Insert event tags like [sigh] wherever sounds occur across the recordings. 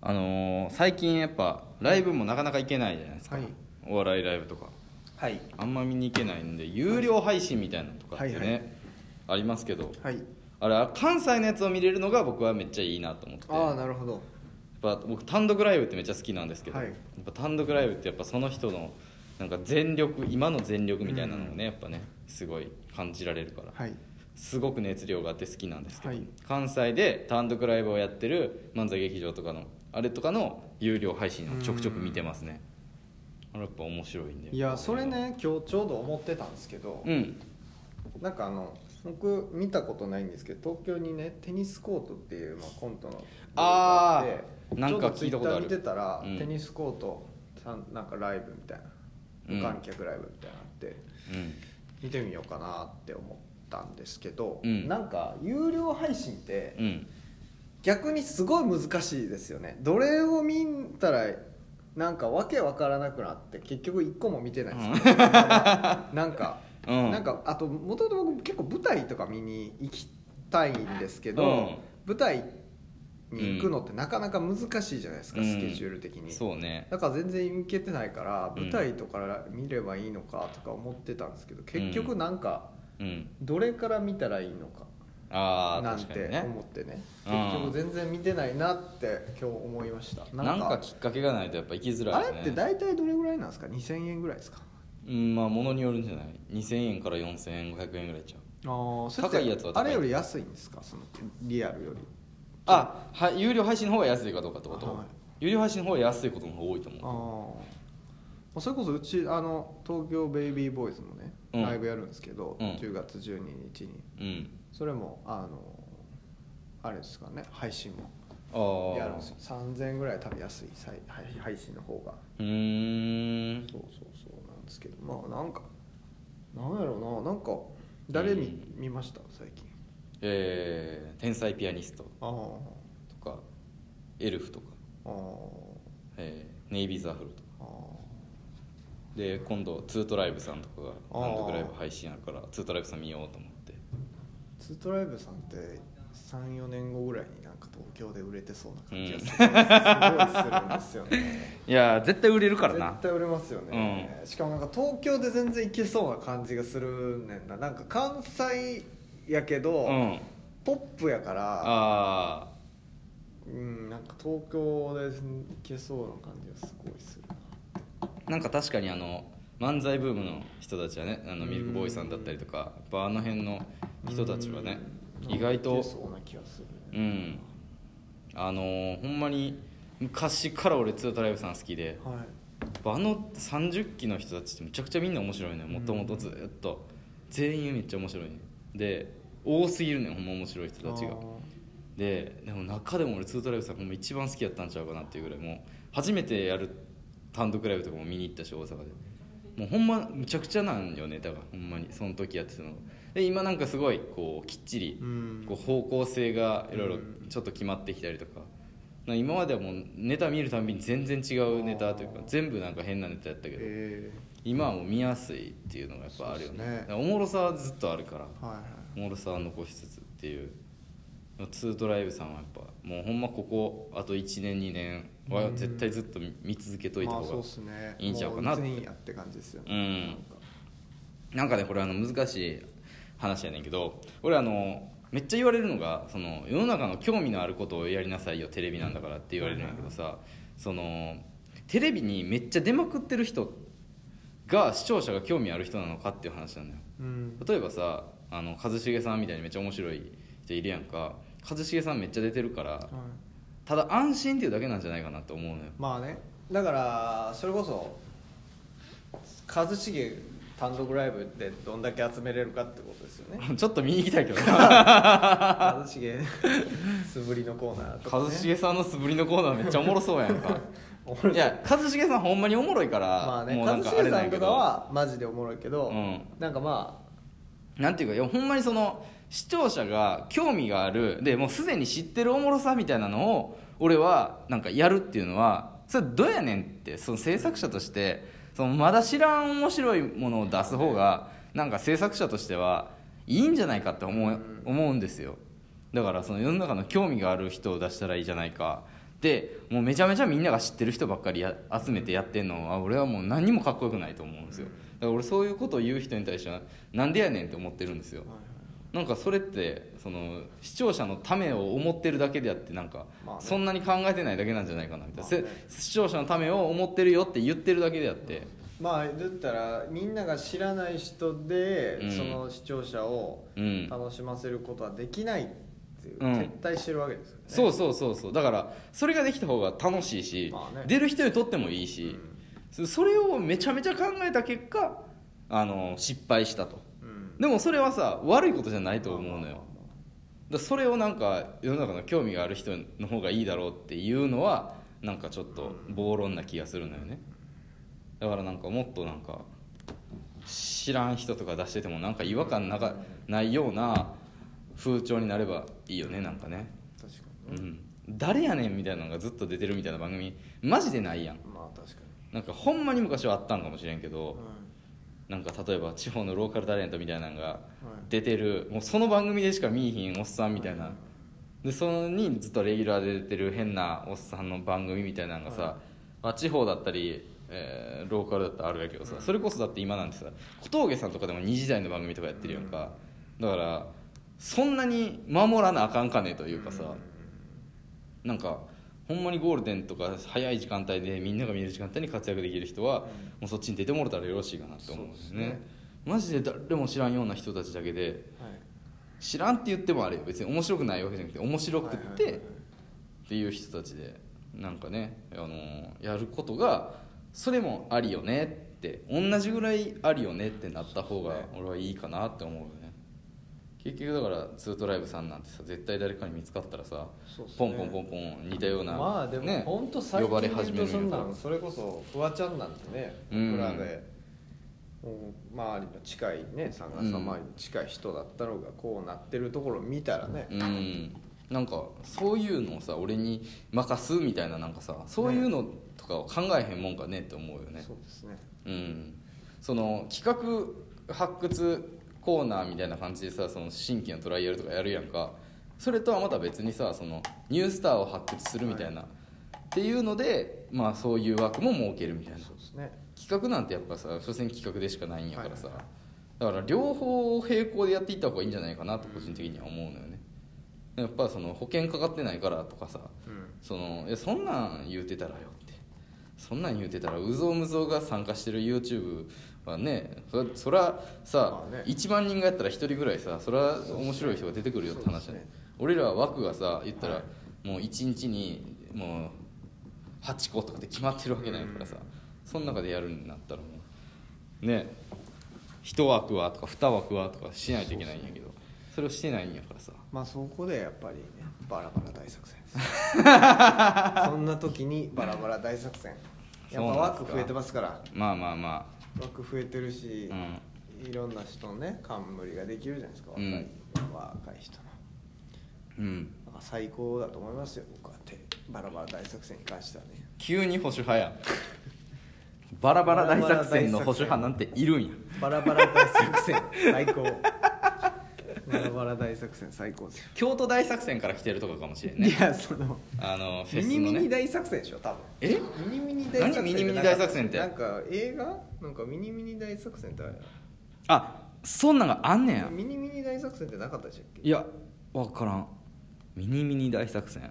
あのー最近やっぱライブもなかなか行けないじゃないですか、はいお笑いライブとかはいあんま見に行けないんで有料配信みたいなのとかってね、はいはいありますけどはいあれ関西のやつを見れるのが僕はめっちゃいいなと思ってああやっなるほどぱ僕単独ライブってめっちゃ好きなんですけど、はいやっぱ単独ライブってやっぱその人のなんか全力今の全力みたいなのをね、やっぱねすごい感じられるから、はいすごく熱量があって好きなんですけど、はい関西で単独ライブをやってる漫才劇場とかのあれとかの有料配信をちょくちょく見てますねあれやっぱ面白いんでいやそれね今日ちょうど思ってたんですけど、うんなんかあの僕見たことないんですけど東京にねテニスコートっていう、まあ、コントのあー動画なんかちょうどツ聞イッターいたことある見てたら、うんテニスコートさんなんかライブみたいなうん無観客ライブみたいなのあって、うん見てみようかなって思ったんですけど、うんなんか有料配信ってうん逆にすごい難しいですよねどれを見たらなんかわけわからなくなって結局一個も見てないですよ、 [laughs] なんか、うんなんかあともともと僕結構舞台とか見に行きたいんですけど、うん舞台に行くのってなかなか難しいじゃないですか、うんスケジュール的に、そうねだから全然行けてないからうん舞台とか見ればいいのかとか思ってたんですけど結局なんかうんどれから見たらいいのかああなん確かにてね思ってねうん結局全然見てないなって今日思いましたなんかきっかけがないとやっぱ行きづらいよあれねって大体どれぐらいなんですか2000円ぐらいですかうんまあものによるんじゃない2000円から4500円ぐらいちゃうああれって高いやつは高いあれより安いんですかそのリアルよりあは有料配信の方が安いかどうかってこと、はい有料配信の方が安いことの方が多いと思うああそれこそうちあの東京ベイビーボーイズもねうんライブやるんですけど、うん10月12日にうんそれもあのあれですかね配信もああやるんですよ3000円ぐらい多分安いさいはい配信の方がうーんそうそうそうなんですけどまあなんかなんやろうななんか誰見,、う見ました最近えー、天才ピアニストああとかエルフとか、ああえーネイビーズアフロとかあで今度ツートライブさんとかがあー単独ライブ配信あるからツートライブさん見ようと思ってツートライブさんって34年後ぐらいになんか東京で売れてそうな感じがする,、すごいするん [laughs] ですよねいやー絶対売れるから絶な対売れますよね、しかもなんか東京で全然いけそうな感じがするねんななんか関西やけど、うんポップやからあうんなんか東京でいけそうな感じがすごいするなあなんか確かにあの漫才ブームの人たちはねあのミルクボーイさんだったりとかやっぱあの辺の人たちはねうん意外いけとそうな気がするうねんあのーほんまに昔から俺ツートライブさん好きではいあの30期の人たちってめちゃくちゃみんな面白いねもともとずっと全員めっちゃ面白いねで多すぎるねほんま面白い人たちがあーででも中でも俺ツートライブさんほんま一番好きやったんちゃうかなっていうぐらいもう初めてやる単独ライブとかも見に行ったし大阪でもうほんまむちゃくちゃなんよねだからほんまにその時やってたので今なんかすごいこうきっちりうんこう方向性がいろいろうんちょっと決まってきたりとかなんか今まではもうネタ見るたびに全然違うネタというかあー全部なんか変なネタやったけどえ今はもう見やすいっていうのがやっぱあるよそうですねねだからおもろさはずっとあるからーはいはいおもろさは残しつつっていうツートライブさんはやっぱもうほんまここあと1年2年はうん絶対ずっと見続けといたま方あがそうっすねいいんちゃうかなってもいついいやって感じですよねうんなんかなんかねこれあの難しい話やねんけど俺あのめっちゃ言われるのがその世の中の興味のあることをやりなさいよテレビなんだからって言われるんやけどさそのテレビにめっちゃ出まくってる人が視聴者が興味ある人なのかっていう話なんだようん例えばさあの一茂さんみたいにめっちゃ面白い人いるやんか一茂さんめっちゃ出てるからはいただ安心っていうだけなんじゃないかなと思うのよまあねだからそれこそ一茂単独ライブでどんだけ集めれるかってことで [laughs] すよねちょっと見に行きたいけどな一茂素振りのコーナーとか、ね、一茂さんの素振りのコーナーめっちゃおもろそうやんかおもろ [laughs] いいや一茂さんほんまにおもろいから、まあねもうなん一かあ茂れさなんやんけとかどはマジでおもろいけど、うんなんかまなんていうかいやほんまにその視聴者が興味があるでもうすでに知ってるおもろさみたいなのを俺はなんかやるっていうのはそれどうやねんってその制作者としてそのまだ知らん面白いものを出す方がなんか制作者としてはいいんじゃないかって思う思うんですよだからその世の中の興味がある人を出したらいいじゃないかっでもうめちゃめちゃみんなが知ってる人ばっかりや集めてやってんのは俺はもう何にもかっこよくないと思うんですよだから俺そういうことを言う人に対してはなんでやねんって思ってるんですよなんかそれってその視聴者のためを思ってるだけであってなんかまあねそんなに考えてないだけなんじゃないかなみたいな、まあねせ視聴者のためを思ってるよって言ってるだけであって、まあだったらみんなが知らない人で、うんその視聴者をうん楽しませることはできないっていう、うん撤退してるわけですよねそうそうそうそうだからそれができた方が楽しいし、まあね出る人にとってもいいし、そそれをめちゃめちゃ考えた結果あの失敗したとうんでもそれはさ悪いことじゃないと思うのよまあまあまだそれをなんか世の中の興味がある人の方がいいだろうっていうのはなんかちょっと暴論な気がするのよねだからなんかもっとなんか知らん人とか出しててもなんか違和感なかないような風潮になればいいよねなんかねあ確かうにね、ん誰やねんみたいなのがずっと出てるみたいな番組マジでないやんまあ確かに、なんかほんまに昔はあったんかもしれんけどうなんか例えば地方のローカルタレントみたいなのがんはい出てるもうその番組でしか見いひんおっさんみたいなでそのにずっとレギュラーで出てる変なおっさんの番組みたいなのがさ、はまあ、地方だったり、えーローカルだったらあるやけどさ、それこそだって今なんてさ小峠さんとかでも2時台の番組とかやってるやんか、だからそんなに守らなあかんかねというかさ、なんかほんまにゴールデンとか早い時間帯でみんなが見える時間帯に活躍できる人は、もうそっちに出てもらったらよろしいかなって思うんですそうですねねマジで誰も知らんような人たちだけではい知らんって言ってもあれよ別に面白くないわけじゃなくて面白くって、はいはいはいっていう人たちでなんかね、あのーやることがそれもありよねって同じぐらいありよねってなった方がそうです俺はいいかなって思うよね結局だからツートライブさんなんてさ絶対誰かに見つかったらさ、そうっすねポンポンポンポン似たような、まあでも本当最呼ば近れで始め言うるとそんやんなからのそれこそフワちゃんなんてねうん僕らで、うん、周りの近いね三笠周りの近い人だったのがこうなってるところを見たらね、うんなんかそういうのをさ俺に任すみたいななんかさそういうのとかを考えへんもんかねって思うよねそうですねうん、その企画発掘コーナーみたいな感じでさその新規のトライアルとかやるやんかそれとはまた別にさそのニュースターを発掘するみたいな、っていうので、まあ、そういう枠も設けるみたいなそうですね企画なんてやっぱさ所詮企画でしかないんやからさ、はいはいだから両方並行でやっていった方がいいんじゃないかなと個人的には思うのよねやっぱその保険かかってないからとかさうんそのえそんなん言うてたらよってそんなん言うてたらうぞうむぞうが参加してる YouTube はねそそらさ、まあね1万人がやったら1人ぐらいさそら面白い人が出てくるよって話そだうねですね俺らは枠がさ言ったら、はもう1日にもう8個とかで決まってるわけないからさ、その中でやるんなったらもうね1枠はとか2枠はとかしないといけないんやけどそれをしてないんやからさまあそこでやっぱりねバラバラ大 [laughs] 作戦ですそんな時にバラバラ大作戦やっぱそうなんです枠か増えてますからまあまあま枠増えてるし、あうんいろんな人のね冠ができるじゃないですか若い,、うん若い人のうんだから最高だと思いますよ僕はてバラバラ大作戦に関してはね急に保守派やんバラバラ大作戦の保守派なんているんやバラバラ大作 [laughs] 戦最高バラバラ大作戦最高ですよ京都大作戦から来てるとかかもしれんいねやそのあのフェミスニのミニね大作戦でしょ多分えミニミニ大作戦何ミニミニ大作戦ってなんか映画なんかミニミニ大作戦ってあれあそんなんがあんねんやミニミニ大作戦ってなかったでしたっけいやわからんミニミニ大作戦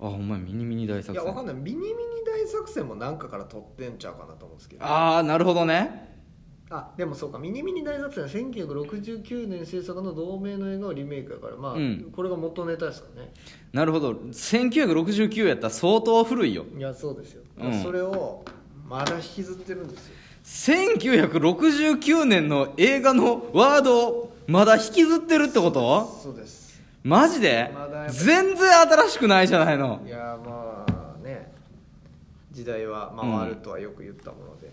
あほんまやミニミニ大作いやわかん戦ないミニミニ大作戦もなんかから撮ってんちゃうかなと思うんですけどああなるほどねあでもそうか「ミニミニ大作戦」は1969年制作の同名の映画をリメイクだからまあ、うんこれが元ネタですかねなるほど1969やったら相当古いよいやそうですよ、うんそれをまだ引きずってるんですよ1969年の映画のワードをまだ引きずってるってことそうですマジでまだやっぱ全然新しくないじゃないのいやまあね時代は回るとはよく言ったもので、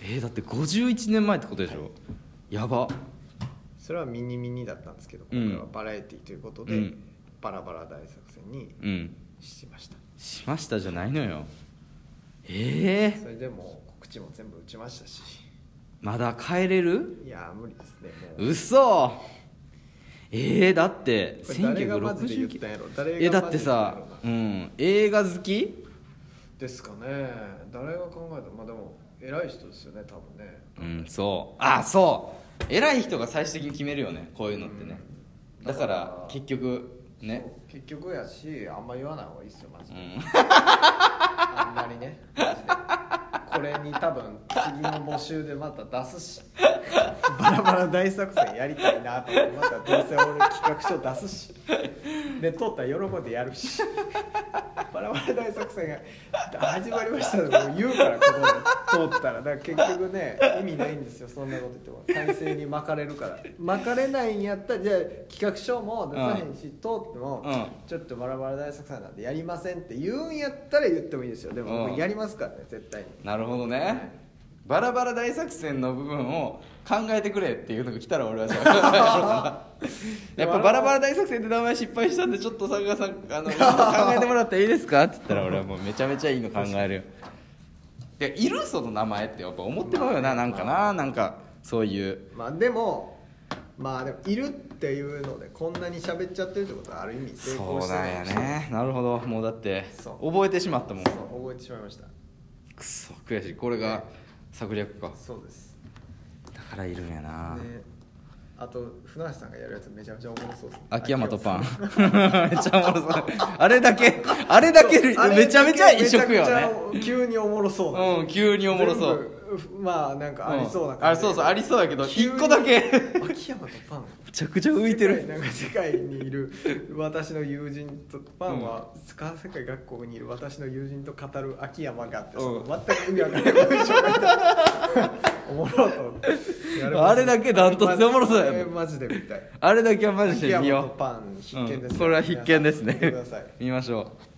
えー、だって51年前ってことでしょやばそれはミニミニだったんですけどうん今回はバラエティということで、うんバラバラ大作戦にうんしましたしましたじゃないのよえそれでもう告知も全部打ちましたしー、まだ帰れるいや無理ですねもう嘘えー、だってこれ誰がマジで言っ1969たんやろ誰がえだってマジで言ったんさやろうな、ん、映画好きですかね誰が考えたまあでも偉い人ですよね多分ねうんそうあそう偉い人が最終的に決めるよねこういうのってね、うんだから結局ねそう結局やしあんま言わない方がいいっすよマジうで、んあんまりねマジでこれに多分次の募集でまた出すしバラバラ大作戦やりたいなと思ってまたどうせ俺企画書出すしで通ったら喜んでやるしバラバラ大作戦が始まりましたでも言うからここで通ったらだから結局ね意味ないんですよそんなこと言っても体制に巻かれるから巻かれないんやったらじゃあ企画書も出さへんし、通っても、うんちょっとバラバラ大作戦なんでやりませんって言うんやったら言ってもいいですよでも、うんやりますからね絶対になるほどねバラバラ大作戦の部分を考えてくれっていうのが来たら俺はじゃ [laughs] あやっぱバラバラ大作戦って名前失敗したんでちょっと佐賀さん [laughs] あの考えてもらっていいですかって言ったら俺はもうめちゃめちゃいいの考えるよでいるその名前ってやっぱ思ってまうよななんかななんかそういうまあでもまあでもいるっていうのでこんなに喋っちゃってるってことはある意味成そ功うしてなんないやねなるほどもうだってそう覚えてしまったもんそう覚えてしまいましたくそ悔しいこれが策略かそうですだからいるんやな、ねあと船橋さんがやるやつめちゃめちゃおもろそうです秋山とパン秋めっちゃおもろそうあれだけあれだけ山めちゃめちゃ異色よめちゃねくちゃ急におもろそうなうん急におもろそう全部まあなんかありそうな感じ、んあそうそうありそうやけど急一に個だけ秋山とパンめちゃくちゃ浮いてるなんか世界にいる私の友人とパンは、スカ世界学校にいる私の友人と語る秋山があって、うんその全く意味わかんない文章がいたおもろいと思って [laughs] あれだけダントツでおもろそうやんマジでマジで見たいあれだけはマジ秋で見山とよパン必見です、うんこれは必見ですね見てください見ましょう